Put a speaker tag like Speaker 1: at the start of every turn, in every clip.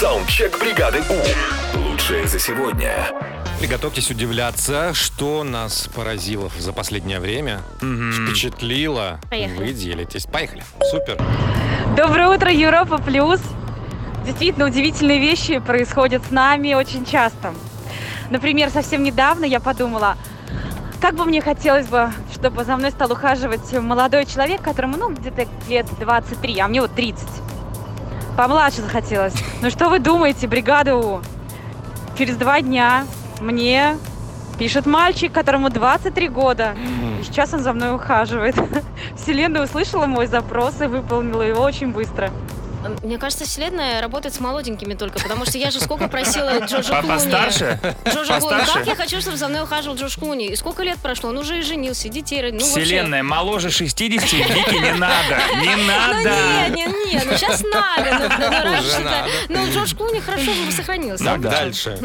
Speaker 1: Саундчек бригады У. Лучшее за сегодня.
Speaker 2: Приготовьтесь удивляться, что нас поразило за последнее время, впечатлило.
Speaker 3: Поехали.
Speaker 2: Вы делитесь. Поехали. Супер.
Speaker 4: Доброе утро, Европа Плюс! Действительно, удивительные вещи происходят с нами очень часто. Например, совсем недавно я подумала, как бы мне хотелось бы, чтобы за мной стал ухаживать молодой человек, которому, ну, где-то лет 23, а мне вот 30. Помладше захотелось. Ну что вы думаете, бригаду? Через два дня мне пишет мальчик, которому 23 года. И сейчас он за мной ухаживает. Вселенная услышала мой запрос и выполнила его очень быстро.
Speaker 3: Мне кажется, вселенная работает с молоденькими только, потому что я же сколько просила Джорджа
Speaker 5: По-
Speaker 3: Клуни.
Speaker 5: Постарше?
Speaker 3: Джорджа Клуни.
Speaker 5: Постарше?
Speaker 3: Как я хочу, чтобы за мной ухаживал Джордж Клуни. И сколько лет прошло? Он уже и женился, и детей родил. Ну, вообще.
Speaker 5: Вселенная, моложе 60, Вики, не надо. Не
Speaker 3: Ну
Speaker 5: надо.
Speaker 3: нет, нет, нет, ну сейчас надо. Ну, ну, ну, раньше-то-
Speaker 2: надо.
Speaker 3: ну, Джордж Клуни хорошо бы сохранился.
Speaker 2: Так, дальше.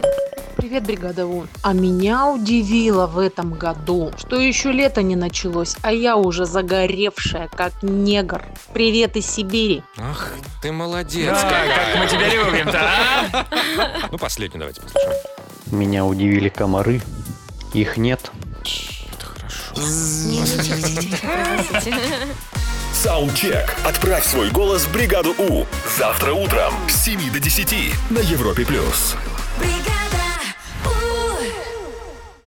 Speaker 6: Привет, бригада У. А меня удивило в этом году, что еще лето не началось, а я уже загоревшая, как негр. Привет из Сибири.
Speaker 2: Ах, ты
Speaker 5: Да,
Speaker 2: молодец.
Speaker 3: Ну,
Speaker 5: как мы тебя любим-то, а?
Speaker 2: какая. Ну, последнюю давайте послушаем.
Speaker 7: Меня удивили комары. Их нет.
Speaker 2: Это хорошо.
Speaker 3: Не, ну, тихо, тихо, тихо, подождите.
Speaker 1: Саундчек. Отправь свой голос в бригаду У. Завтра утром с 7 до 10 на Европе+. плюс.
Speaker 8: бригада.